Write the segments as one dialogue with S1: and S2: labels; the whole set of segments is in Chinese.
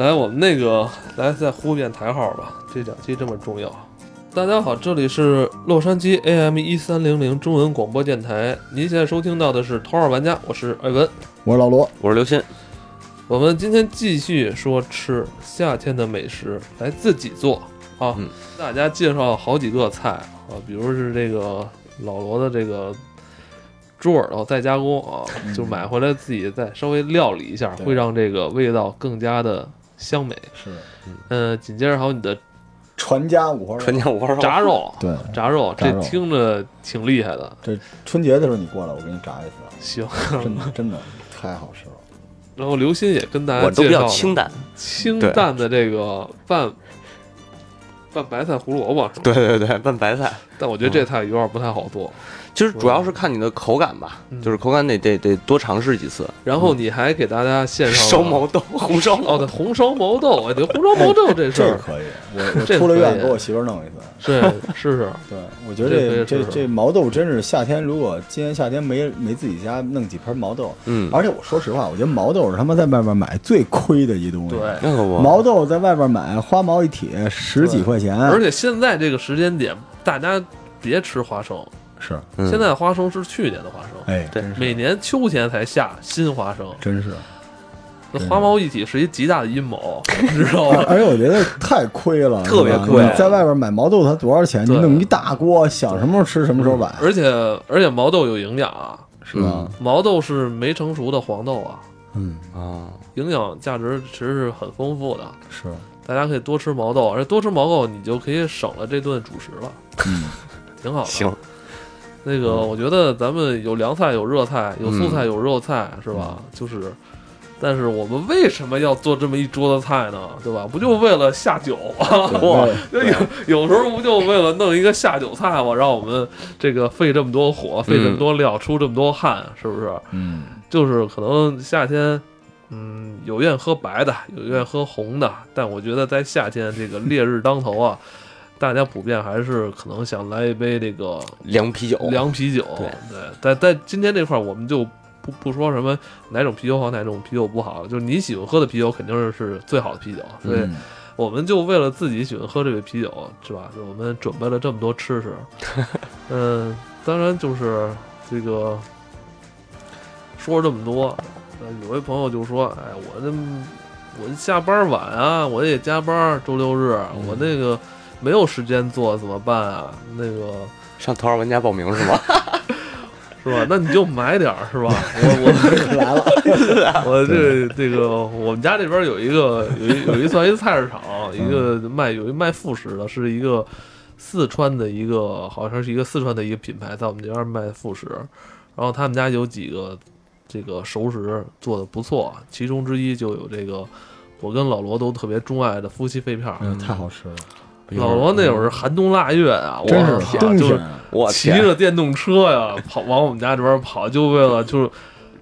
S1: 来，我们那个来再呼遍台号吧，这两期这么重要。大家好，这里是洛杉矶 AM 一三零零中文广播电台，您现在收听到的是《头号玩家》，我是艾文。
S2: 我是老罗，
S3: 我是刘鑫，
S1: 我们今天继续说吃夏天的美食，来自己做啊。
S3: 嗯
S1: 大家介绍好几个菜啊，比如是这个老罗的这个猪耳朵再加工啊，就买回来自己再稍微料理一下，
S2: 对
S1: 会让这个味道更加的香美。
S2: 是
S1: 嗯、紧接着还有你的
S2: 传家五花肉。
S3: 川江五花肉，
S1: 炸肉，
S2: 对，
S1: 炸肉，
S2: 炸
S1: 这
S2: 肉
S1: 听着挺厉害的。
S2: 这春节的时候你过来，我给你炸一次，啊
S1: 行，
S2: 真的真的太好吃了。
S1: 然后刘鑫也跟大家
S3: 我都
S1: 介
S3: 比
S1: 绍
S3: 较
S1: 了
S3: 清淡。
S1: 清
S3: 对
S1: 淡的这个拌拌白菜胡萝卜是吧？
S3: 对对对，拌白菜，
S1: 但我觉
S3: 嗯
S1: 得这菜有点不太好做。
S3: 其实主要是看你的口感吧，
S1: 嗯
S3: 就是口感得得得多尝试几次。
S1: 然后你还给大家献上了
S3: 烧毛豆，嗯红烧
S1: 哦，
S3: 毛
S1: 对，红烧毛豆，哎，对，红烧毛豆这事
S2: 这
S1: 儿
S2: 可以，我我
S1: 这
S2: 出了
S1: 可
S2: 院
S1: 以
S2: 给我媳妇儿弄一次。
S1: 是是是，
S2: 对，我觉得
S1: 这可以试
S2: 这这
S1: 试
S2: 这毛豆真是夏天，如果今年夏天没没自己家弄几盆毛豆，
S3: 嗯，
S2: 而且我说实话，我觉得毛豆是他妈在外边买最亏的一东西。
S1: 对，。
S3: 那可不，
S2: 毛豆在外边买花毛一铁十几块钱，
S3: 嗯
S1: 而且现在这个时间点，大家别吃花生，
S2: 是
S3: 嗯
S1: 现在花生是去年的花生，
S2: 哎，
S3: 对
S2: 真 是
S1: 每年秋天才下新花生，
S2: 真是。
S1: 那
S2: 是
S1: 花猫一体是一极大的阴谋，知道
S2: 而
S1: 吗？
S2: 而且我觉得太亏了，
S3: 特别
S2: 是吧
S3: 亏
S2: 你在外边买毛豆才多少钱？你
S1: 对
S2: 弄一大锅，想什么时候吃什么时候买，
S1: 而且而且毛豆有营养啊，
S2: 是吧？
S1: 毛豆是没成熟的黄豆啊，
S2: 嗯，
S3: 啊，
S1: 营养价值其实是很丰富的。
S2: 是，
S1: 大家可以多吃毛豆，而且多吃毛豆，你就可以省了这顿主食了，
S2: 嗯，
S1: 挺好的。
S3: 行，
S1: 那个，我觉得咱们有凉菜，有热菜，有素菜，
S3: 嗯
S1: 有肉菜，是吧？就是，但是我们为什么要做这么一桌子菜呢？对吧？不就为了下酒吗？
S3: 哇
S1: 有有时候不就为了弄一个下酒菜吗？让我们这个费这么多火，费
S3: 嗯
S1: 这么多料，出这么多汗，是不是？
S2: 嗯，
S1: 就是可能夏天，嗯，有愿喝白的，有愿喝红的，但我觉得在夏天这个烈日当头啊，大家普遍还是可能想来一杯这个
S3: 凉啤酒，
S1: 凉啤酒。
S3: 哦对
S1: 但但今天这块儿我们就不不说什么哪种啤酒好，哪种啤酒不好，就是你喜欢喝的啤酒肯定是最好的啤酒。所以
S2: 嗯
S1: 我们就为了自己喜欢喝这个啤酒，是吧？我们准备了这么多吃食，嗯，当然就是这个说了这么多，呃有位朋友就说：“哎，我这我下班晚啊，我也加班，周六日我那个没有时间做怎么办啊？那个。”
S3: 上头号玩家报名是吗？
S1: 是吧？那你就买点儿，是吧？ 我
S2: 来了，
S1: 我我这这个，我们家这边有一个有一有一算一菜市场，一个
S2: 嗯
S1: 卖有一卖副食的，是一个四川的一个，好像是一个四川的一个品牌，在我们这边卖副食。然后他们家有几个这个熟食做的不错，其中之一就有这个我跟老罗都特别钟爱的夫妻肺片儿。
S2: 嗯，太好吃了，
S1: 老罗那会儿寒冬腊月啊，
S2: 真
S1: 我
S2: 是
S1: 操，
S2: 冬
S1: 就是
S2: 天啊，
S3: 我
S1: 骑
S3: 天，
S1: 着电动车呀，跑往我们家这边跑，就为了就是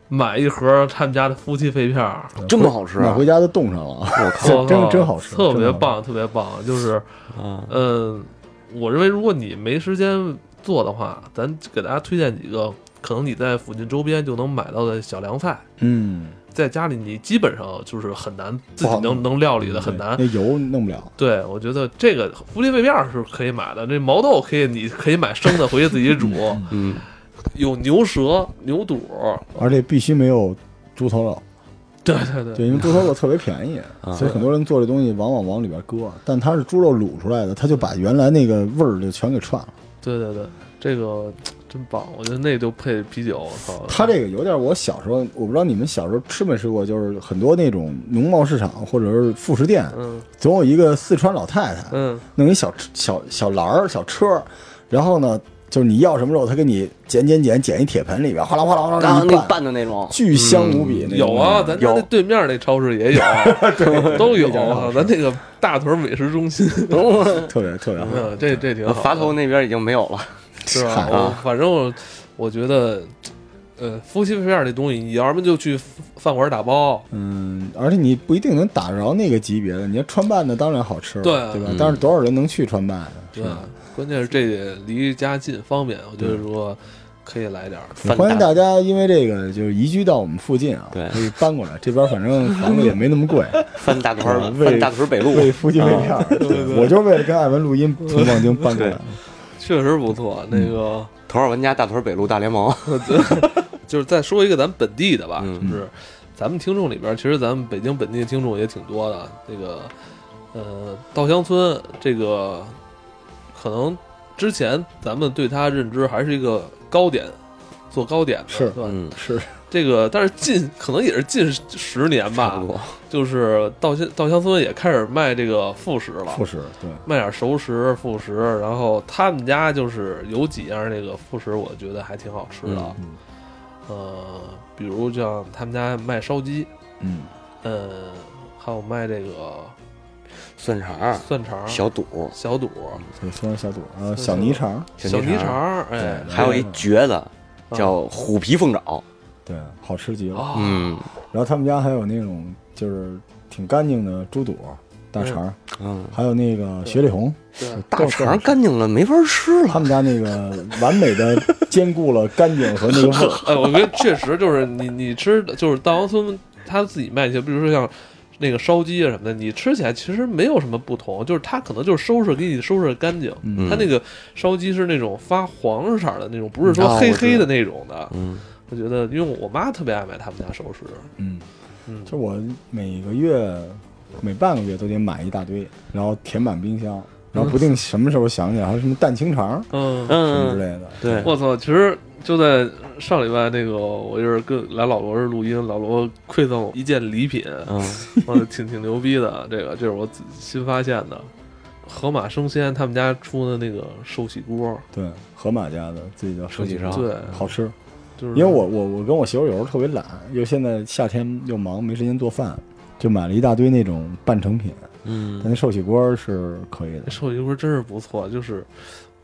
S1: 买一盒他们家的夫妻肺片儿，
S3: 这么好吃
S2: 买
S3: 啊！
S2: 回家都冻上了，
S3: 我
S1: 我
S3: 靠，
S2: 这真
S1: 操
S2: 真好吃
S1: 特
S2: 真
S1: 别
S2: 好吃
S1: 棒，特别棒。就是，
S3: 啊
S1: 嗯，我认为如果你没时间做的话，咱给大家推荐几个可能你在附近周边就能买到的小凉菜，
S2: 嗯，
S1: 在家里你基本上就是很难自
S2: 不
S1: 己
S2: 好
S1: 能
S2: 弄
S1: 能料理的，很
S2: 对
S1: 难
S2: 那。油弄不了，
S1: 对，我觉得这个福利肺片儿是可以买的，这毛豆可以，你可以买生的回去自己煮。
S3: 嗯，
S1: 有牛舌、牛肚儿，
S2: 而且必须没有猪头肉，
S1: 对对对，
S2: 对，因为猪头肉特别便宜，所以很多人做这东西往往往里边搁，但它是猪肉卤出来的，它就把原来那个味儿就全给串了。
S1: 对对对，这个真棒，我觉得那就配啤酒，我操！
S2: 它这个有点我小时候，我不知道你们小时候吃没吃过，就是很多那种农贸市场或者是副食店，
S1: 嗯
S2: 总有一个四川老太太
S1: 嗯，
S2: 弄一小车小小篮儿小车，然后呢，就是你要什么肉，她给你剪剪剪剪一铁盆里边，哗啦哗啦哗
S3: 然
S2: 啦
S3: 后
S2: 一
S3: 那
S2: 拌，
S3: 拌的那 种，
S2: 巨香无比。那个
S1: 有啊，
S2: 东
S1: 咱家那
S3: 有
S1: 对面那超市也有，啊 都有啊
S2: 非常好。吃
S1: 咱那个大屯美食中心，
S2: 西特别特别好。
S1: 嗯，这这挺好的。
S3: 垡头那边已经没有了。
S1: 是啊吧？
S2: 嗨
S1: 我反正我我觉得，呃，夫妻肺片儿这东西，你要么就去饭馆打包，
S2: 嗯，而且你不一定能打着那个级别的，你要川办的当然好吃了，
S1: 对
S2: 对
S1: 啊
S2: 吧
S3: 嗯？
S2: 但是多少人能去川办呀？
S1: 对吧，关键是这得离家近方便。我觉得如果可以来点儿。
S3: 饭
S2: 欢迎
S3: 大
S2: 大家因为这个就是移居到我们附近啊，
S3: 对
S2: 可以搬过来。这边反正房子也没那么贵，
S3: 翻大屯
S2: 啊
S3: 儿，
S2: 为
S3: 翻大屯北路，
S2: 为夫妻为片儿。对我就是为了跟艾文录音，从望京搬过来
S3: 对。
S1: 确实不错。那个
S3: 头号玩家大屯北路大联盟，
S1: 就是再说一个咱们本地的吧，
S3: 嗯
S1: 就是咱们听众里边儿，其实咱们北京本地的听众也挺多的。这个呃，稻香村这个可能之前咱们对它认知还是一个糕点，做糕点的
S2: 是
S1: 对吧？
S3: 嗯，
S2: 是，
S1: 这个但是近可能也是近十年
S3: 差
S1: 吧
S3: 不，多，
S1: 就是稻香稻香村也开始卖这个副食了
S2: 副。食对。
S1: 卖点熟食、副食，然后他们家就是有几样那个副食，我觉得还挺好吃的。
S2: 嗯
S1: 呃，比如像他们家卖烧鸡，
S2: 嗯，
S1: 嗯，还有卖这个
S3: 蒜肠儿、
S1: 蒜肠、
S3: 小肚、
S1: 小肚、
S2: 这酸小肚，然后嗯小泥肠，
S1: 小
S3: 泥
S1: 肠
S3: 儿，
S1: 儿，哎，
S2: 对
S3: 还有一橛子
S1: 啊
S3: 叫虎皮凤爪，
S2: 对，好吃极了。
S1: 啊，
S3: 嗯
S2: 然后他们家还有那种就是挺干净的猪肚、大肠，
S3: 嗯，
S2: 还有那个雪里红，
S1: 对，
S3: 大肠儿干净了没法吃
S2: 他
S3: 了，
S2: 们家那个完美的兼顾了干净和那个味儿。
S1: 哎，我觉得确实就是你你吃的就是稻香村他自己卖一些，比如说像。那个烧鸡啊什么的，你吃起来其实没有什么不同，就是它可能就是收拾给你收拾干净。
S2: 嗯
S1: 它那个烧鸡是那种发黄色儿的那种，不是
S2: 嗯哦
S1: 说黑黑的那种的。
S3: 嗯，
S1: 我觉得，因为我妈特别爱买他们家熟食，
S2: 嗯，
S1: 嗯，
S2: 就我每个月每半个月都得买一大堆，然后填满冰箱，然后不定什么时候想起来，还有什么蛋清肠
S1: 嗯
S2: 什么之
S3: 嗯，
S2: 类的。
S3: 对，
S1: 我操！其实就在上礼拜那个，我就是跟来老罗这儿录音，老罗馈赠我一件礼品，
S3: 嗯，
S1: 我觉得挺挺牛逼的。这个这是我自己新发现的，河马生鲜他们家出的那个寿喜锅，
S2: 对，河马家的自己叫
S3: 手起
S2: 烧，
S3: 烧，
S1: 对，
S2: 好吃。
S1: 就是
S2: 因为我我我跟我媳妇儿有时候特别懒，又现在夏天又忙，没时间做饭，就买了一大堆那种半成品。
S3: 嗯
S2: 但那寿喜锅是可以的
S1: 那，寿喜锅真是不错，就是。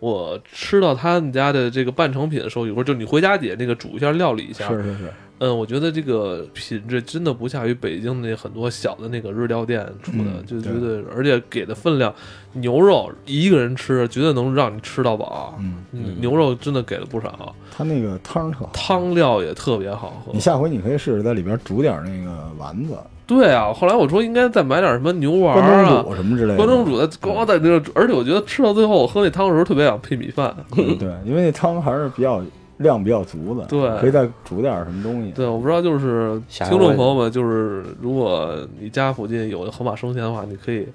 S1: 我吃到他们家的这个半成品寿喜锅，就你回家姐那个煮一下料理一下，
S2: 是是是，
S1: 嗯，我觉得这个品质真的不下于北京那很多小的那个日料店出的，
S2: 嗯
S1: 就觉
S2: 对
S1: 得，而且给的分量，牛肉一个人吃绝对能让你吃到饱。
S2: 嗯，
S1: 嗯牛肉真的给了不少，
S2: 它那个汤儿特好。
S1: 汤料也特别好喝
S2: 你。下回你可以试试在里边煮点那个丸子、
S1: 对啊，后来我说应该再买点什么牛丸
S2: 关
S1: 儿
S2: 东
S1: 啊，
S2: 煮什么之类的。
S1: 关东煮的，光在那个，而且我觉得吃到最后，我喝那汤的时候特别想配米饭。
S2: 嗯对，因为那汤还是比较量比较足的，
S1: 对
S2: 可以再煮点什么东西。
S1: 对，我不知道，就是
S3: 下
S1: 听
S3: 回
S1: 众朋友们，就是如果你家附近有河马生鲜的话，你可以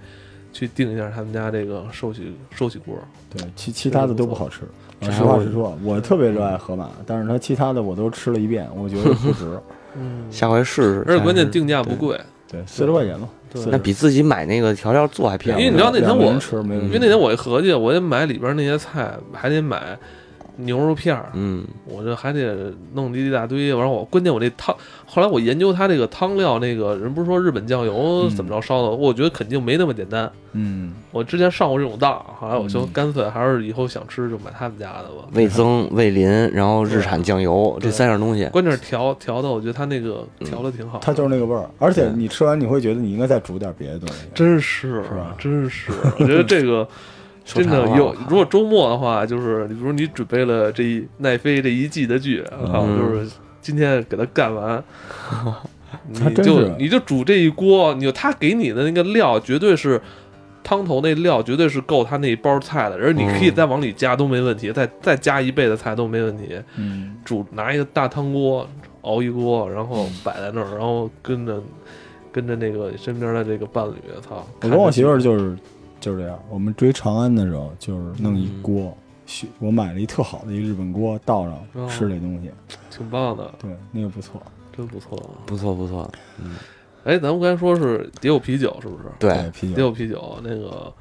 S1: 去订一下他们家这个寿喜寿喜锅。
S2: 对，其其他的都不好吃。啊
S3: 这
S2: 实
S3: 还
S2: 话
S3: 我
S2: 实说，我特别热爱河马，但是它其他的我都吃了一遍，我觉得 不值。
S1: 嗯，
S3: 下回试试。
S1: 而且关
S3: 下
S1: 键
S3: 回
S1: 定价不贵，
S2: 对，四十块钱吧，
S1: 对
S2: 40
S3: 那比自己买那个调料做还便宜。
S1: 因为你知道那天我嗯
S2: 两个人吃没问
S1: 因
S2: 题
S1: 为那天我一合计，我得买里边那些菜，还得买牛肉片儿，
S3: 嗯，
S1: 我这还得弄一大堆。完了我关键我那汤，后来我研究它这个汤料，那个人不是说日本酱油
S2: 嗯
S1: 怎么着烧的，我觉得肯定没那么简单。
S2: 嗯，
S1: 我之前上过这种当，后来我就
S2: 嗯
S1: 干脆还是以后想吃就买他们家的吧。
S3: 味增、味淋，然后日产酱油
S1: 对
S3: 这三样东西，
S1: 关键是调调的，我觉得他那个调的挺好的，
S2: 它就是那个味儿，而且你吃完你会觉得你应该再煮点别的东西。
S1: 真是
S2: 是吧
S1: 真是，我觉得这个
S3: 收
S1: 真
S3: 场
S1: 的
S3: 了啊
S1: 有
S3: 我。靠
S1: 如果周末的话，就是比如你准备了这一奈飞这一季的剧，然后就是今天给他干完。
S2: 还
S1: 你
S2: 真
S1: 就是你就煮这一锅，你就他给你的那个料绝对是汤头那料绝对是够他那一包菜的，而你可以
S3: 嗯
S1: 再往里加都没问题，再再加一倍的菜都没问题。
S2: 嗯，
S1: 煮拿一个大汤锅熬一锅，然后摆在那儿，然后跟着跟着那个身边的这个伴侣，操！
S2: 我跟我媳妇
S1: 儿
S2: 儿就是就是这样。我们追长安的时候，就是弄一
S1: 嗯
S2: 锅，雪我买了一特好的一日本锅，倒
S1: 哦
S2: 上吃这东西，
S1: 挺棒的，
S2: 对，那个不错。
S1: 真不错。
S3: 不错不错，
S1: 哎，咱们刚才说是得有啤酒，是不是？
S3: 对，
S2: 啤
S1: 得
S2: 酒，嗯
S1: 有啤酒，那个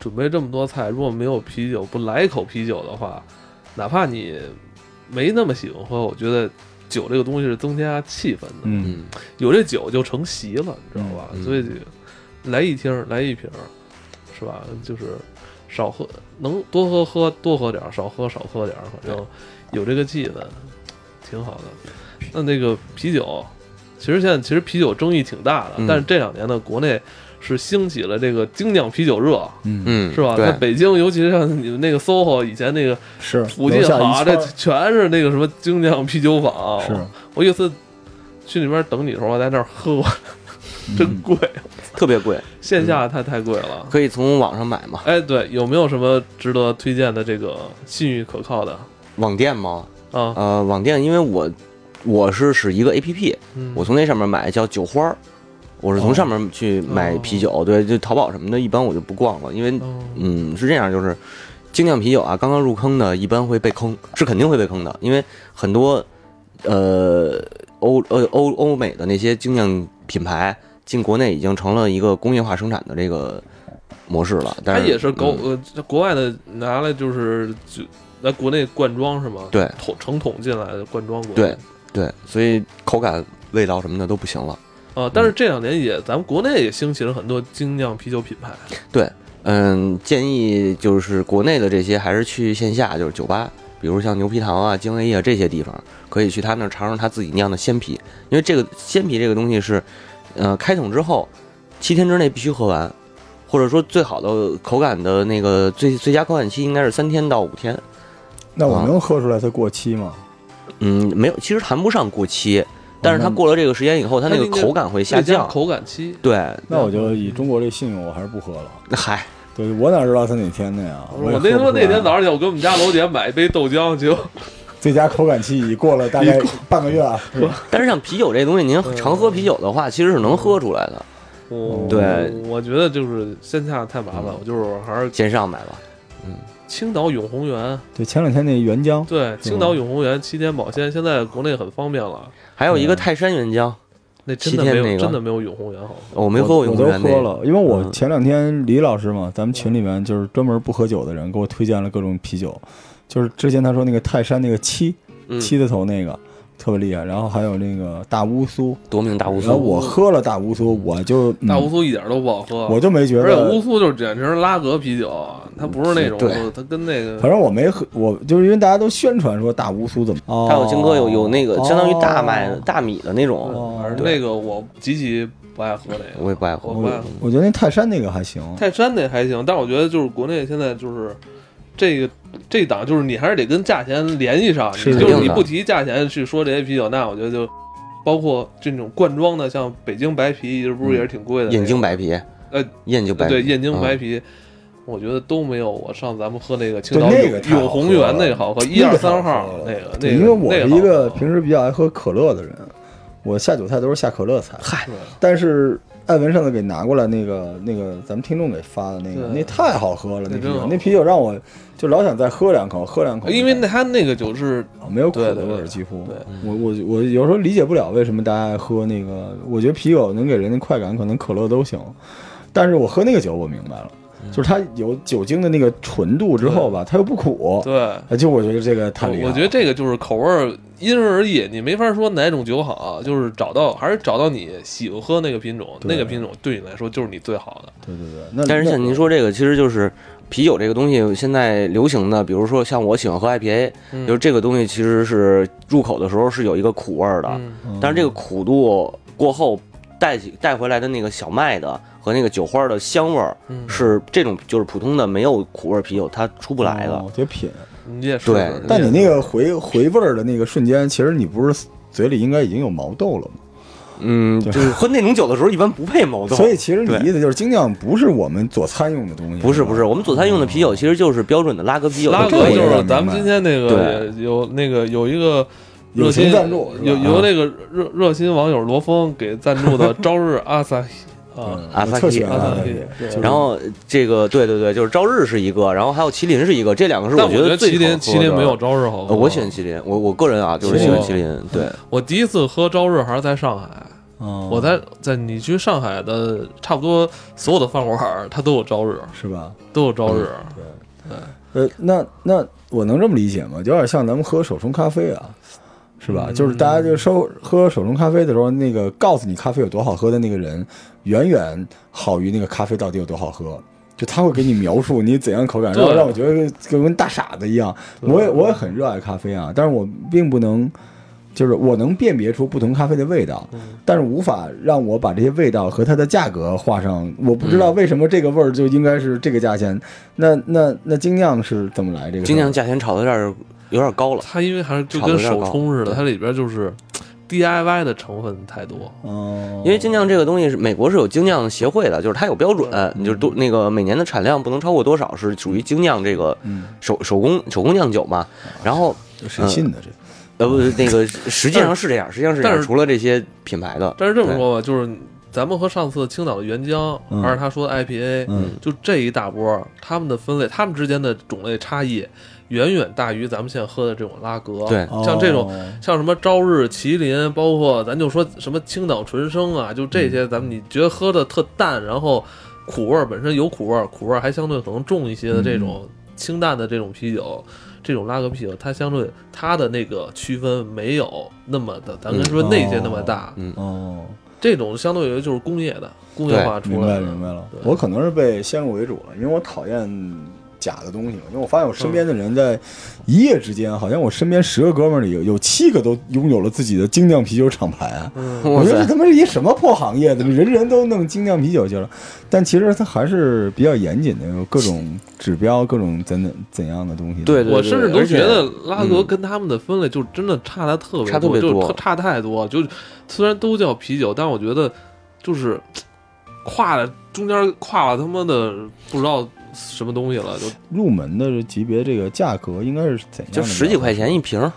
S1: 准备这么多菜，如果没有啤酒，不来一口啤酒的话，哪怕你没那么喜欢喝，我觉得酒这个东西是增加气氛的，
S2: 嗯，
S3: 嗯，
S1: 有这酒就成席了，你知道吧？
S3: 嗯嗯
S1: 所以来一听，来一瓶儿，是吧？就是少喝，能多喝喝多喝点儿，少喝少喝点儿，反正有这个气氛，挺好的。那那个啤酒，其实现在其实啤酒争议挺大的，
S3: 嗯
S1: 但是这两年呢，国内是兴起了这个精酿啤酒热，
S3: 嗯，
S1: 是吧？在
S3: 对，
S1: 北京，尤其是像你们那个 SOHO 以前那个
S2: 是
S1: 附近
S2: 楼下一
S1: 好，这
S2: 圈儿
S1: 全是那个什么精酿啤酒坊。
S2: 是
S1: 我有一次去那边等你的时候，我在那儿喝，
S2: 嗯
S1: 真贵，
S3: 特别贵，
S1: 线下太太贵了。
S3: 可以从网上买嘛，
S1: 哎，对，有没有什么值得推荐的这个信誉可靠的
S3: 网店嘛，
S1: 啊？
S3: 呃，网店因为我我是使一个 A P P，
S1: 嗯哦
S3: 我从那上面买叫酒花儿，我是从上面去买啤酒，对，就淘宝什么的，一般我就不逛了，因为
S1: 哦
S3: 嗯是这样，就是精酿啤酒啊，刚刚入坑的，一般会被坑，是肯定会被坑的，因为很多呃欧呃欧欧美的那些精酿品牌进国内已经成了一个工业化生产的这个模式了，但
S1: 它
S3: 是
S1: 也是国
S3: 嗯
S1: 呃这国外的拿来就是就来国内灌装是吗？，
S3: 对
S1: 桶成桶进来的灌装过。
S3: 对对，所以口感、味道什么的都不行了。
S1: 啊，但是这两年也咱们国内也兴起了很多精酿啤酒品牌。
S3: 对，嗯，建议就是国内的这些还是去线下，就是酒吧，比如像牛皮糖啊、京 A 啊这些地方，可以去他那儿尝尝他自己酿的鲜啤，因为这个鲜啤这个东西是，呃，开桶之后七天之内必须喝完，或者说最好的口感的那个最最佳口感期应该是三天到五天。
S2: 那我能喝出来它过期吗？
S3: 嗯，没有，其实谈不上过期，但是它
S2: 那
S3: 过了这个时间以后，它那
S1: 它
S3: 个
S1: 那个
S3: 口感会下
S1: 最佳
S3: 降。
S1: 口感期。
S3: 对，
S2: 那我就以中国这信用，我还是不喝了。
S3: 嗨，
S2: 对我哪知道它哪天的呀？
S1: 我那
S2: 也喝不
S1: 说
S2: 出
S1: 那天
S2: 来啊
S1: 早上起来，我跟我们家楼姐买一杯豆浆，结果
S2: 最佳口感期已过了大概半个月啊，是吧
S3: 但是像啤酒这东西，您
S1: 嗯
S3: 常喝啤酒的话，其实是能喝出来的。
S1: 我
S3: 嗯对嗯
S1: 我觉得就是线下太麻烦了，我就是还是
S3: 线上买吧。
S1: 青岛永红园，
S2: 对，前两天那原浆，
S1: 对，青岛永红园七天保鲜，现在国内很方便了。
S3: 还有一
S2: 嗯
S3: 个泰山原浆，
S1: 那真的没
S3: 七天那
S1: 有，
S3: 个
S1: 真的没有永红园好喝。
S3: 我没喝过
S2: 我
S3: 永
S2: 都
S3: 红园那
S2: 喝
S3: 个。
S2: 了，因为我
S3: 嗯
S2: 前两天李老师嘛，咱们群里面就是专门不喝酒的人给我推荐了各种啤酒，就是之前他说那个泰山那个七
S3: 嗯，
S2: 七字头那个。特别厉害，然后还有那个大乌苏，
S3: 夺命大乌
S2: 然后
S3: 苏，
S2: 我喝了大乌苏，我就、嗯
S1: 大乌苏一点都不好喝，
S2: 我就没觉
S1: 哦而且乌
S2: 得，
S1: 苏就是简直是拉格啤酒，啊它不是那种
S3: 对，
S1: 它跟那
S2: 反
S1: 个
S2: 正我没喝，我就是因为大家都宣传说大乌苏怎么，哦
S3: 它有金哥有有那个相当于大麦
S2: 哦
S3: 大米的那种，
S2: 哦
S1: 而
S3: 对
S1: 那个我极其不爱喝那个。
S3: 我也不爱喝
S1: 我。不爱喝
S2: 我觉得那泰山那个还行，
S1: 泰山那还行，但我觉得就是国内现在就是这个这档，就是你还是得跟价钱联系上。
S2: 是
S1: 你
S2: 的
S1: 就是
S3: 肯
S1: 你
S3: 定的
S1: 不提价钱去说这些啤酒，那我觉得就包括这种罐装的，像北京白啤，这不是也是挺贵的那个？
S3: 燕京白啤，
S1: 呃，
S3: 燕京白啤，
S1: 对燕京白
S3: 嗯，
S1: 啤。我觉得都没有我上咱们喝那个青
S2: 对
S1: 岛
S2: 那个太
S1: 永
S2: 好喝
S1: 红园
S2: 了
S1: 那个好喝，
S2: 那个
S1: 一二
S2: 太好
S1: 三号
S2: 喝了
S1: 那个那
S2: 对
S1: 个，
S2: 因为我是
S1: 那
S2: 一
S1: 好
S2: 个
S1: 喝
S2: 平时比较爱喝可乐的人，我下酒菜都是下可乐菜。
S3: 嗨，
S2: 但是艾文上次给拿过来那个那个咱们听众给发的那
S1: 对
S2: 个，那太好喝了，那
S1: 那
S2: 啤
S1: 真
S2: 酒
S1: 好
S2: 那啤酒让我就老想再喝两口，喝两口。
S1: 因为那他那个酒是
S2: 啊没有苦的
S1: 对对
S2: 味
S1: 对
S2: 儿，几乎
S1: 对。
S2: 我我我有时候理解不了为什么大家爱喝那个，我觉得啤酒能给人的快感，可能可乐都行，但是我喝那个酒我明白了，
S3: 嗯
S2: 就是它有酒精的那个纯度之后吧，它又不苦。
S1: 对，
S2: 哎，就我觉得这个太厉害了。
S1: 我我觉得这个就是口味儿因人而异，你没法说哪种酒好，就是找到还是找到你喜欢喝那个品种，
S2: 对
S1: 那个品种对你来说就是你最好的。
S2: 对对对，那
S3: 但是
S2: 那
S3: 像您说这个，其实就是啤酒这个东西现在流行的，比如说像我喜欢喝 IPA，
S1: 嗯
S3: 就是这个东西其实是入口的时候是有一个苦味儿的，
S1: 嗯，
S3: 但是这个苦度过后带起带回来的那个小麦的和那个酒花的香味儿，
S1: 嗯
S3: 是这种就是普通的没有苦味儿啤酒它出不来的
S2: 哦。得品。
S1: 你也是
S3: 对。
S1: 也
S2: 但你
S1: 是
S2: 那个回回味儿的那个瞬间，其实你不是嘴里应该已经有毛豆了吗？
S3: 嗯，就是喝那种酒的时候一般不配毛豆，
S2: 所以其实你
S3: 对
S2: 意思就是精酿不是我们佐餐用的东西，
S3: 不是
S2: 吧
S3: 不是，我们佐餐用的啤酒其实就是标准的拉格啤酒，
S1: 拉
S2: 这
S1: 格
S2: 我
S3: 可以
S1: 就
S2: 有点
S1: 是
S2: 明
S1: 咱
S2: 白
S1: 们今天那个也有那个有一个
S2: 友
S1: 热
S2: 情
S1: 心
S2: 赞助是吧
S1: 有
S2: 啊
S1: 由那个热热心网友罗峰给赞助的朝日阿萨啊，
S2: 嗯
S3: 阿萨
S2: 我特
S3: 奇
S2: 喜欢
S1: 阿萨
S2: 阿萨
S1: 奇
S2: 奇
S1: 对
S2: 就是
S3: 然后这个对对对，就是朝日是一个，然后还有麒麟是一个，这两个是
S1: 但
S3: 觉
S1: 觉得
S3: 最
S1: 麒麟麒麟没有。朝日好喝。
S3: 呃，我选麒麟，我我个人啊，就是
S1: 麒
S3: 喜
S1: 麟
S3: 欢麒麟。对，
S1: 我第一次喝朝日还是在上海，
S2: 嗯
S1: 我在在你去上海的差不多所有的饭馆儿，它都有朝日，
S2: 是吧？
S1: 都有朝日。
S2: 呃，那那我能这么理解吗？有点像咱们喝手冲咖啡啊，是吧？就是大家就收喝手冲咖啡的时候，那个告诉你咖啡有多好喝的那个人，远远好于那个咖啡到底有多好喝。就他会给你描述你怎样口感，
S1: 对
S2: 然后让我觉得跟大傻子一样。我也我也很热爱咖啡啊，但是我并不能。就是我能辨别出不同咖啡的味道，
S3: 嗯
S2: 但是无法让我把这些味道和它的价格画上。我不知道为什么这个味儿就应该是这个价钱。那那那精酿是怎么来？这个
S3: 精酿价钱炒到这儿有点高了，
S1: 它因为还是就跟手冲似的，它里边就是 DIY 的成分太多。
S2: 哦，
S3: 因为精酿这个东西是美国是有精酿协会的，就是它有标准，
S2: 嗯
S3: 你就是多那个每年的产量不能超过多少，是属于精酿这个
S2: 嗯
S3: 手手工手工酿酒嘛。然后
S2: 谁信呢？这
S3: 呃不那个实际上是这样，实际上是这
S1: 但
S3: 样，
S1: 是
S3: 除了这些品牌的，
S1: 但是这么说吧，就是咱们和上次青岛的原浆，
S2: 嗯
S1: 还是他说的 IPA，、
S2: 嗯
S1: 就这一大波，他们的分类，他们之间的种类差异远远大于咱们现在喝的这种拉格。
S3: 对
S1: 像这种
S2: 哦
S1: 像什么朝日、麒麟，包括咱就说什么青岛纯生啊，就
S2: 嗯
S1: 这些，咱们你觉得喝的特淡，然后苦味儿本身有苦味儿，苦味儿还相对可能重一些的
S2: 嗯
S1: 这种清淡的这种啤酒，这种拉格啤酒，它相对它的那个区分没有那么的，咱
S2: 嗯
S1: 跟说那些那么大，
S3: 嗯
S2: 哦，
S1: 这种相对于就是工业的工业化出
S2: 明
S1: 来
S2: 白
S1: 的。
S2: 明白了。
S1: 对
S2: 我可能是被先入为主了，因为我讨厌假的东西嘛。因为我发现我身边的人在一夜之间，好像我身边十个哥们儿里有有七个都拥有了自己的精酿啤酒厂牌啊。
S1: 嗯，
S3: 哇
S2: 我觉得
S3: 塞
S2: 这，他妈是一什么破行业？怎么人人都弄精酿啤酒去了？但其实它还是比较严谨的，有各种指标，各种怎怎样的东西的。
S3: 对对
S1: 我甚至都
S3: 而且
S1: 觉得拉格
S3: 嗯
S1: 跟他们的分类就真的差的特别
S3: 差特
S1: 多，
S3: 别
S1: 就
S3: 多
S1: 特差太多。就虽然都叫啤酒，但我觉得就是跨了中间跨了他妈的不知道什么东西了，就
S2: 入门的级别，这个价格应该是怎样？
S3: 就十几块钱一。瓶儿，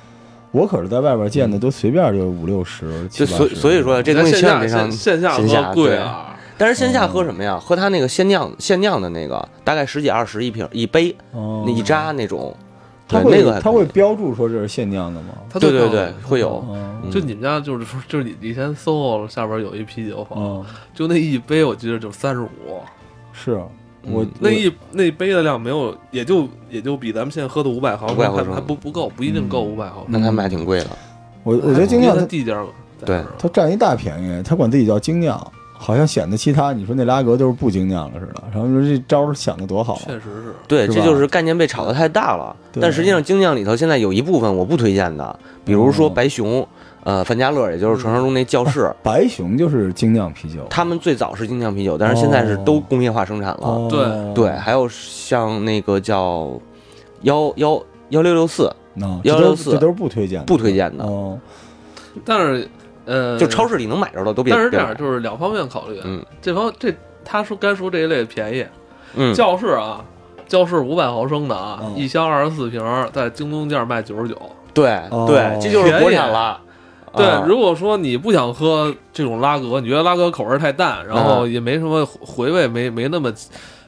S2: 我可是在外边见的，都随便就五六十，
S3: 就
S2: 七八
S3: 所
S2: 十
S3: 所以说这东西
S1: 线
S3: 千万
S1: 下
S3: 别上
S1: 线线下
S3: 线下
S1: 喝贵啊，
S3: 但是线
S2: 嗯
S3: 下喝什么呀？喝他那个鲜酿现酿的那个，大概十几二十一瓶一杯，
S2: 哦
S3: 那一扎那种。
S2: 嗯它
S3: 对
S2: 会
S3: 那个还
S2: 它会标注说这是限量的吗？
S1: 它
S3: 对
S1: 最
S3: 对
S1: 高
S3: 对
S1: 的
S3: 会有
S2: 哦，
S1: 就你们家就是就是以以前 SOHO 下边有一啤酒
S3: 嗯
S1: 坊，
S2: 哦，
S1: 就那一杯我记得就三十五，
S2: 是啊我
S3: 嗯
S1: 那一那一杯的量没有，也就也就比咱们现在喝的五百毫升
S3: 500毫
S1: 还
S3: 升
S1: 还不不够，不一定够五百毫升。
S3: 那他卖挺贵的。
S2: 嗯我嗯我觉得精酿
S1: 它
S2: 它
S1: 地价儿在
S3: 对
S1: 这儿
S2: 它占一大便宜，它管自己叫精酿，好像显得其他你说那拉格都是不精酿了似的。然后说这招儿想的多好啊，
S1: 确实是。
S3: 对，
S2: 是吧
S3: 这就是概念被炒得太大了。
S2: 对
S3: 但实际上，精酿里头现在有一部分我不推荐的，比如说
S2: 嗯
S3: 白熊，呃，范家乐，也就是传说中那 教室，
S2: 白熊就是精酿啤酒。
S3: 他们最早是精酿啤酒，但是现在是都工业化生产了。
S2: 哦
S1: 对
S3: 对，，还有像那个叫幺幺幺六六四，
S2: 那哦这都
S3: 164
S2: 这都是不推荐的，
S3: 不推荐的，
S2: 哦，
S1: 但是，呃，
S3: 就超市里能买着的都别。
S1: 但是这
S3: 别
S1: 样
S3: 买
S1: 就是两方面考虑，啊
S3: 嗯
S1: 这方这他说该说这一类便宜，
S3: 嗯，
S1: 教室啊，教室五百毫升的啊，
S2: 嗯
S1: 一箱二十四瓶儿，在京东价卖九十九。
S3: 对
S2: 哦
S3: 对，这就是国产了。啊
S1: 对，如果说你不想喝这种拉格，你觉得拉格口味太淡，然
S3: 啊
S1: 后也没什么回味，没没那么。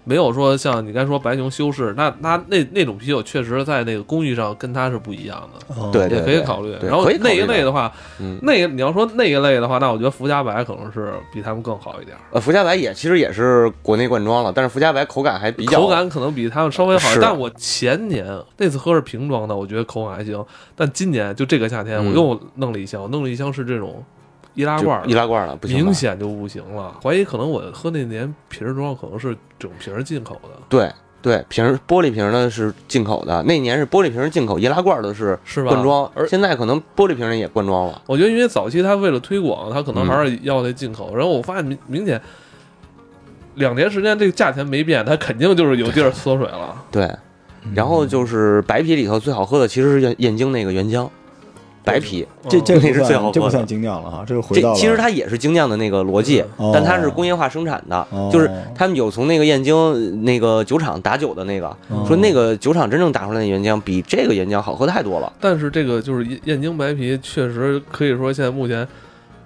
S1: 没有说像你刚才说白熊修饰，那那那那种啤酒确实在那个工艺上跟它是不一样的，
S2: 哦
S3: 对
S1: 也
S3: 对
S1: 可以考虑。
S3: 对
S1: 然后
S3: 可以考虑
S1: 那一
S3: 的
S1: 类的话，
S3: 嗯
S1: 那个你要说那一类的话，那我觉得福加白可能是比他们更好一点儿，
S3: 呃，福加白也其实也是国内灌装了，但是福加白口感还比较
S1: 口感可能比他们稍微好一
S3: 是
S1: 点。但我前年那次喝是瓶装的，我觉得口感还行。但今年就这个夏天，
S3: 嗯
S1: 我又弄了一箱，我弄了一箱是这种易拉
S3: 就
S1: 罐儿的
S3: 易拉罐了，不行吧
S1: 明显就不行了。怀疑可能我喝那年瓶儿装可能是整瓶儿进口的，
S3: 对对，瓶儿玻璃瓶儿的是进口的，那年是玻璃瓶儿进口，易拉罐儿的是
S1: 是吧？
S3: 灌装，
S1: 而
S3: 现在可能玻璃瓶儿的也灌装了。
S1: 我觉得因为早期他为了推广，他可能
S3: 嗯
S1: 还是要那进口。然后我发现明明显两年时间这个价钱没变，他肯定就是有地儿缩水了。
S3: 对，
S2: 嗯
S3: 然后就是白啤里头最好喝的其实是燕燕京那个原浆，白啤，
S2: 这这
S1: 嗯
S2: 个不
S3: 那是最
S2: 算
S3: 好喝的
S2: 这不算精酿了哈，这个回
S3: 这
S2: 到了
S3: 其实它也是精酿的那个逻辑，
S2: 哦
S3: 但它是工业化生产的，
S2: 哦
S3: 就是他们有从那个燕京那个酒厂打酒的那个，
S2: 哦
S3: 说那个酒厂真正打出来的原浆比这个原浆好喝太多了。
S1: 但是这个就是燕燕京白啤，确实可以说现在目前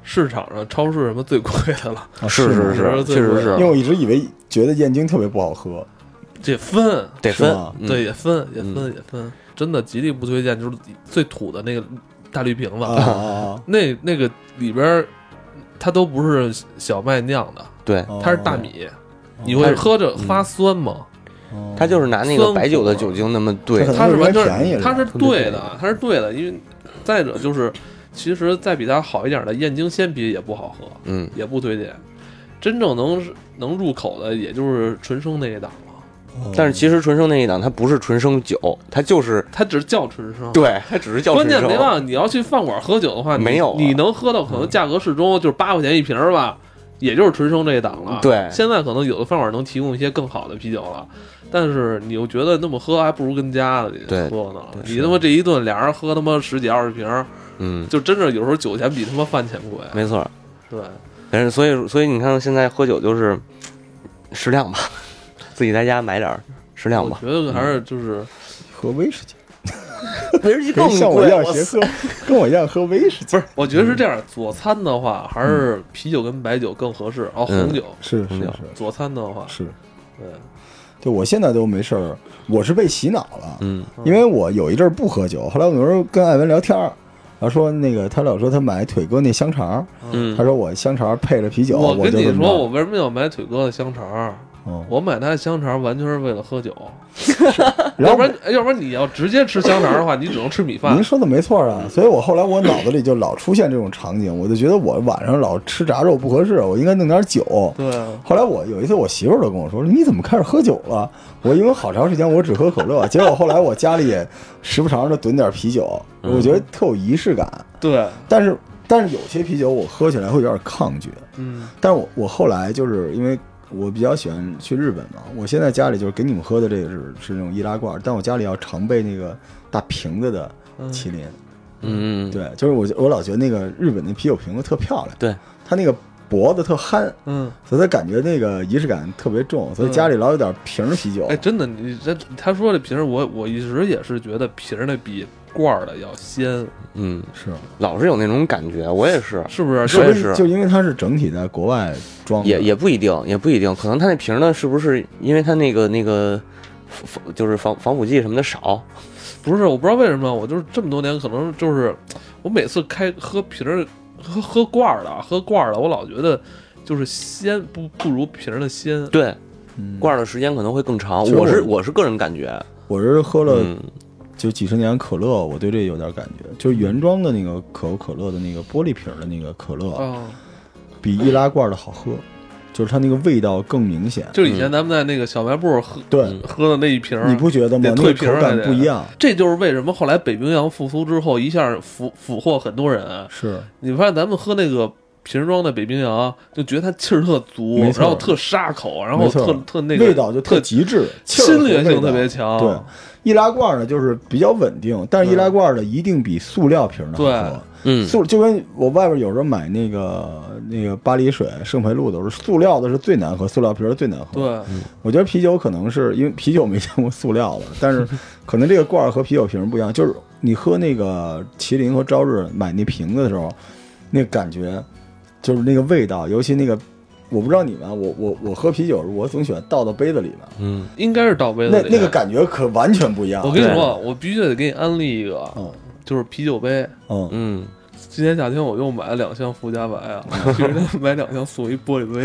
S1: 市场上超市什么最贵的 了。
S2: 啊
S3: 是
S2: 吗
S3: 是
S1: 是
S3: 是，
S1: 是
S3: 确实
S2: 因为
S3: 是，
S2: 我一直以为觉得燕京特别不好喝，
S1: 这分
S3: 得
S2: 是
S3: 分
S2: 吗，
S3: 嗯
S1: 对，也分也分也分，真的极力不推荐，就是最土的那个大绿瓶子。
S2: 啊啊啊
S1: 那那个里边儿，它都不是小麦酿的，
S3: 对，
S2: 啊，
S1: 它是大米，你
S3: 它
S1: 会
S3: 是
S1: 喝着发酸吗？
S2: 哦，
S3: 他就是拿那个
S1: 酸啊
S3: 白酒的
S1: 口
S3: 酒精那么 兑
S2: 它嗯
S1: 它是完全
S2: 它是便宜的
S1: 它是
S3: 特别
S1: 对
S3: 便
S1: 的，它是对的，因为再者就是，其实再比它好一点的燕京鲜啤也不好喝，
S3: 嗯，
S1: 也不推荐。真正能能入口的，也就是纯生那一档了。
S2: 哦
S3: 但是其实纯生那一档它不是纯生酒，它就是
S1: 它只是叫纯生。
S3: 对，它只是叫
S1: 哦关键
S3: 纯生。
S1: 没办法，你要去饭馆喝酒的话，你
S3: 没有啊
S1: 你能喝到可能价格适中，就是八块钱一瓶儿吧，也就是纯生这一档了。
S3: 对
S1: 现在可能有的饭馆能提供一些更好的啤酒了，但是你又觉得那么喝还不如跟家里
S3: 对
S1: 做呢。你他妈这一顿俩人喝他妈十几二十瓶儿，
S3: 嗯，
S1: 就真是有时候酒钱比他妈饭钱贵。
S3: 没错。
S1: 对，
S3: 但是所以所以你看现在喝酒就是适量吧，自己在家买点儿适量
S1: 我
S3: 吧。嗯
S1: 觉得还是就是
S2: 喝威士忌，
S3: 威士忌
S2: 跟像我一样学
S3: 塞
S2: 喝， 跟我一样喝威士忌，
S1: 不是，我觉得是这样。佐餐的话，还是啤酒跟白酒更合适。哦，
S3: 嗯
S1: 红酒。
S2: 是是
S3: 红酒
S2: 是
S1: 佐餐的话，
S2: 是，
S1: 对，
S2: 就我现在都没事儿，我是被洗脑了，
S3: 嗯
S2: 因为我有一阵儿不喝酒，后来我有时候跟艾文聊天儿，然后说那个他老说他买腿哥那香肠儿，他
S3: 嗯，
S2: 说我香肠儿配着啤酒，
S1: 我
S2: 我
S1: 跟
S2: 就
S1: 你
S2: 这么
S1: 说，我
S2: 着
S1: 为什么要买腿哥的香肠儿？
S2: 嗯，
S1: 我买他的香肠儿完全是为了喝 酒，
S2: 然
S1: 要
S2: 后
S1: 不然要不然你要直接吃香肠儿的话，你只能吃米饭
S2: 您。说的没错啊，所以我后来我脑子里就老出现这种场景，我就觉得我晚上老吃炸肉不合适，我应该弄点酒。
S1: 对啊，
S2: 后来我有一次，我媳妇儿都跟我说：“你怎么开始喝酒了？”我因为好长时间我只喝可乐，结果后来我家里也时不常的囤点啤酒，我觉得特有仪式感。
S1: 对，嗯
S2: 但是但是有些啤酒我喝起来会有点抗拒，
S1: 嗯
S2: 但是我我后来就是因为我比较喜欢去日本嘛，我现在家里就是给你们喝的这个是是那种易拉罐，但我家里要常备那个大瓶子的麒麟。
S3: 嗯嗯
S2: 对，就是我我老觉得那个日本那啤酒瓶子特漂亮，
S3: 对，
S2: 它那个脖子特憨，
S1: 嗯，
S2: 所以它感觉那个仪式感特别重，
S3: 嗯
S2: 所以家里老有点瓶儿啤酒。
S1: 哎，真的，你这他说这瓶儿，我我一直也是觉得瓶儿的比罐儿的要鲜，
S3: 嗯，
S2: 是，
S3: 老是有那种感觉，我也是，
S1: 是不是？
S2: 是
S1: 就
S3: 我
S2: 不
S3: 也
S2: 是
S3: 是
S2: 就因为它是整体在国外装的，
S3: 也也不一定，也不一定，可能他那瓶儿呢，是不是因为他那个那个防防就是防防腐剂什么的少？
S1: 不是，我不知道为什么，我就是这么多年，可能就是我每次开喝瓶儿、喝喝罐儿的啊，喝罐儿的，我老觉得就是鲜不不如瓶儿的鲜。
S3: 对，
S2: 嗯
S3: 罐儿的时间可能会更长。
S2: 其实
S3: 我是
S2: 我
S3: 我是个人感觉，
S2: 我是喝了
S3: 嗯
S2: 就几十年可乐，我对这有点感觉，就是原装的那个可口可乐的那个玻璃瓶儿的那个可
S3: 嗯
S2: 乐，
S1: 啊，
S2: 比易拉罐的好喝，就是它那个味道更明显。
S1: 就是以前咱们在那个小卖部喝、
S2: 对，
S1: 喝的那一
S3: 嗯
S1: 瓶儿，
S2: 嗯你不觉得吗？
S1: 得
S2: 那
S1: 退
S2: 个
S1: 瓶儿
S2: 口
S1: 还
S2: 感
S1: 得
S2: 不一样。
S1: 这就是为什么后来北冰洋复苏之后，一下俘俘获很多人。
S2: 是，
S1: 你发现咱们喝那个瓶装的北冰洋，就觉得它气儿特足，
S2: 没错
S1: 然后特沙口，然后
S2: 没错
S1: 特特那个
S2: 味道就特
S1: 特
S2: 极致，气儿和
S1: 侵略
S2: 味
S1: 性
S2: 道
S1: 特别。强。
S2: 对，易拉罐呢就是比较稳定，但是易拉罐的一定比塑料瓶的好喝。
S3: 嗯，
S2: 塑就跟我外边有时候买那个那个巴黎水、圣培露的时候，塑料的是最难喝，塑料瓶儿最难喝。
S1: 对，
S2: 我觉得啤酒可能是因为 啤酒没见过塑料的，但 是可能这个罐儿和啤酒瓶儿不一样。就是你喝那个麒麟和朝日买那瓶子的时候，那感觉就是那个味道，尤其那个我不知道你们啊，我我我喝啤酒时候我总喜欢倒到杯子里面，
S3: 嗯，
S1: 应该是倒杯子
S2: 那
S1: 里
S2: 那个感觉可完全不一样。
S1: 我跟你
S3: 对
S1: 说，我必须得给你安利一个，
S2: 嗯
S1: 就是啤酒杯。
S2: 嗯，
S3: 嗯，
S1: 今年夏天我又买了两箱福加白啊，其实买两箱送一玻璃杯，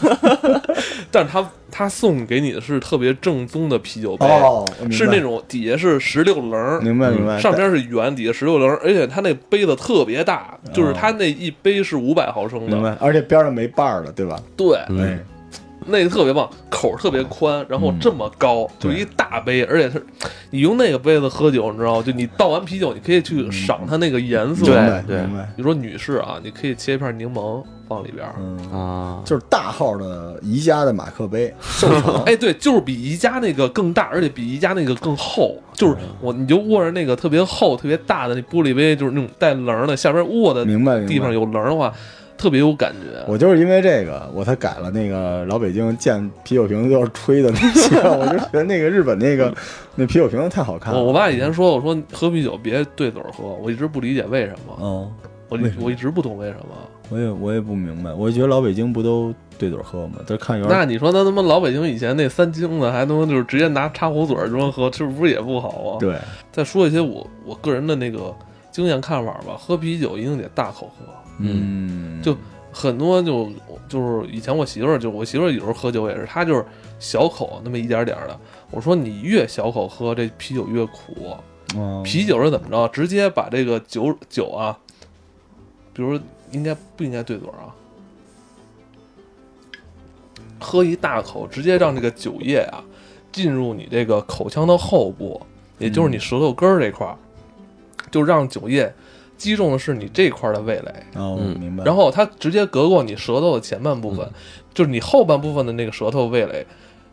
S1: 但是他他送给你的是特别正宗的啤酒杯，
S2: 哦，我明白
S1: 哎是那种底下是十六棱儿，
S2: 明白明白，
S1: 上边是圆，底下十六棱儿，而且它那杯子特别大，就是它那一杯是五百毫升
S2: 哦明
S1: 的，嗯
S2: 白，而且边上没把儿了，对吧？
S1: 对，
S3: 嗯
S2: 哎，
S1: 那个特别棒，口儿特别宽，然后
S2: 嗯
S1: 这么高，就一大杯，而且它是，你用那个杯子喝酒，你知道吗？就你倒完啤酒，你可以去赏它那个颜色。
S2: 明白
S3: 对
S2: 明白，
S1: 你说女士啊，你可以切一片柠檬放里边儿。
S2: 嗯，
S3: 啊，
S2: 就是大号的宜家的马克杯，瘦长，
S1: 哎，对，就是比宜家那个更大，而且比宜家那个更厚。就是
S2: 嗯
S1: 我，你就握着那个特别厚、特别大的那玻璃杯，就是那种带棱儿的，下边握的
S2: 明白明白。
S1: 地方有棱儿的话，特别有感觉。
S2: 我就是因为这个，我才改了那个老北京见啤酒瓶子都是吹的那些，我就觉得那个日本那个那啤酒瓶子太好看了。
S1: 我我爸以前说，我说喝啤酒别对嘴儿喝，我一直不理解为什么，
S2: 嗯，
S1: 我
S2: 为什么
S1: 我一直不懂为什么。
S2: 我也我也不明白，我觉得老北京不都对嘴喝吗？这看有
S1: 那
S2: 点
S1: 你说他他妈老北京以前那三清的，还他妈就是直接拿插壶嘴儿装喝，这不是也不好啊？
S2: 对，
S1: 再说一些我我个人的那个经验看法吧，喝啤酒一定得大口喝，
S2: 嗯，
S1: 就很多就就是以前我媳妇儿就我媳妇儿有时候喝酒也是，她就是小口那么一点点儿的。我说你越小口喝，这啤酒越苦。
S2: 嗯
S1: 啤酒是怎么着？直接把这个酒酒啊，比如应该不应该对嘴儿啊？喝一大口，直接让这个酒液啊进入你这个口腔的后部，也就是你舌头根儿这块儿，就让酒液击中的是你这块儿的味蕾，
S2: 哦，
S3: 嗯
S2: 明白。
S1: 然后它直接隔过你舌头的前半部分，就是你后半部分的那个舌头味蕾，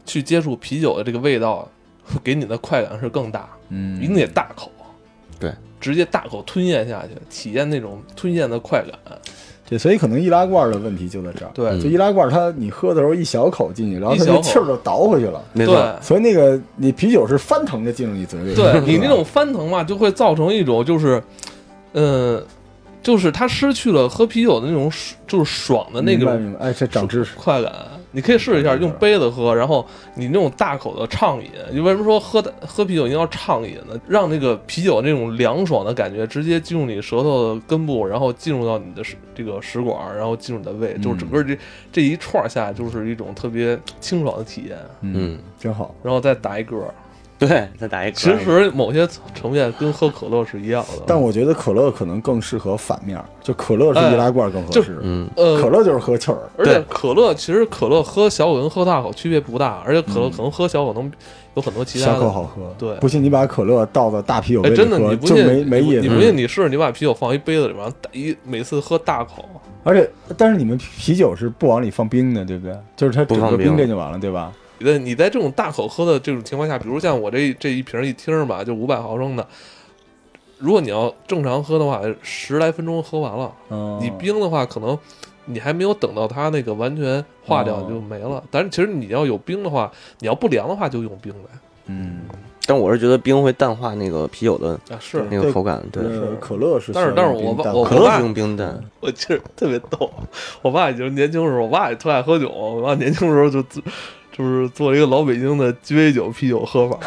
S1: 去接触啤酒的这个味道， 给你的快感是更大，
S2: 嗯，
S1: 一定得大口，
S3: 对，
S1: 直接大口吞咽下去，体验那种吞咽的快感。
S2: 对，所以可能易拉罐的问题就在这儿。
S1: 对
S2: 就易拉罐，它你喝的时候嗯一小口进去，然后
S1: 一
S2: 它
S1: 小
S2: 那
S1: 口
S2: 气儿就倒回去了。
S3: 没错，
S1: 对，
S2: 所以那个你啤酒是翻腾着进入你嘴 里，
S1: 对你
S2: 是吧
S1: 那种翻腾嘛，就会造成一种就是，嗯，就是他失去了喝啤酒的那种爽就是爽的那
S2: 明白
S1: 个
S2: 明白哎，这长知识，
S1: 快感。你可以试一下用杯子喝，然后你那种大口的畅饮，就为什么说喝的喝啤酒一定要畅饮呢？让那个啤酒那种凉爽的感觉直接进入你舌头的根部，然后进入到你的食这个食管，然后进入你的胃，就是整个这这一串下来就是一种特别清爽的体验。
S2: 嗯，
S3: 嗯，
S2: 真好。
S1: 然后再打一嗝，
S3: 对，再打一嗝
S1: 其实某些层面跟喝可乐是一样的。
S2: 但我觉得可乐可能更适合反面儿，就可乐
S1: 哎
S2: 是易拉罐更合适，
S3: 嗯，
S1: 呃，
S2: 可乐就是喝气儿。
S1: 而且
S3: 对
S1: 可乐其实可乐喝小口跟喝大口区别不大，而且可乐可能喝小口能有很多其他
S2: 小
S1: 的。
S2: 口好喝，
S1: 对
S2: 不信你把可乐倒到大啤酒杯
S1: 哎，
S2: 里
S1: 真的
S2: 喝
S1: 你不
S2: 就
S1: 信
S2: 没啊没意
S1: 你
S2: 思
S1: 不。信你试试，你把啤酒放一杯子里边，大一每次喝大口。
S2: 而且，但是你们啤酒是不往里放冰的，对不对？就是它整
S3: 不
S2: 个
S3: 放冰
S2: 冰镇就完了，对吧？
S1: 你在你在这种大口喝的这种情况下，比如像我这这一瓶一听儿吧，就五百毫升的，如果你要正常喝的话，十来分钟喝完了。
S2: 嗯，
S1: 你冰的话，可能你还没有等到它那个完全化掉
S2: 哦
S1: 就没了。但是其实你要有冰的话，你要不凉的话就用冰来
S2: 嗯，
S3: 但我是觉得冰会淡化那个啤酒的
S1: 啊，是
S3: 那个口感，对，
S2: 呃可乐是需
S1: 但
S2: 要
S1: 是
S2: 用冰
S1: 但是我爸
S2: 淡的，
S1: 我
S3: 可
S1: 我
S3: 乐
S1: 爸
S3: 是用冰淡，
S1: 我记得特别逗，我爸也就是年轻时候，我爸也特爱喝酒，我爸年轻时候就自就是做了一个老北京的鸡尾酒啤酒喝法，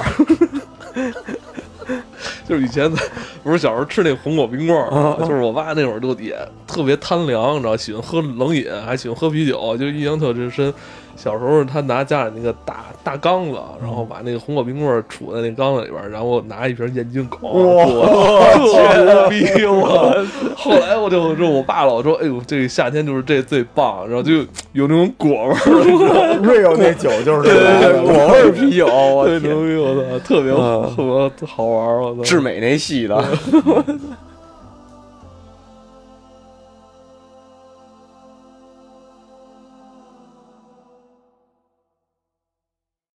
S1: 就是以前在不是小时候吃那红果冰棍儿嘛，就是我爸那会儿就也特别贪凉，你知道，喜欢喝冷饮，还喜欢喝啤酒，就印象特别深。小时候他拿家里那个大大缸子，然后把那个红果冰棍儿杵在那缸子里边儿，然后拿一瓶燕京口，特别逼我。后来我就就我爸老说，哎呦，这个夏天就是这最棒，然后就有那种果味儿，
S2: 瑞欧那酒就是
S3: 对对对，果味儿啤酒， 我
S1: 特别
S3: 天，
S1: 牛逼，我操，特别特别好玩儿，我操，
S3: 智美那系的，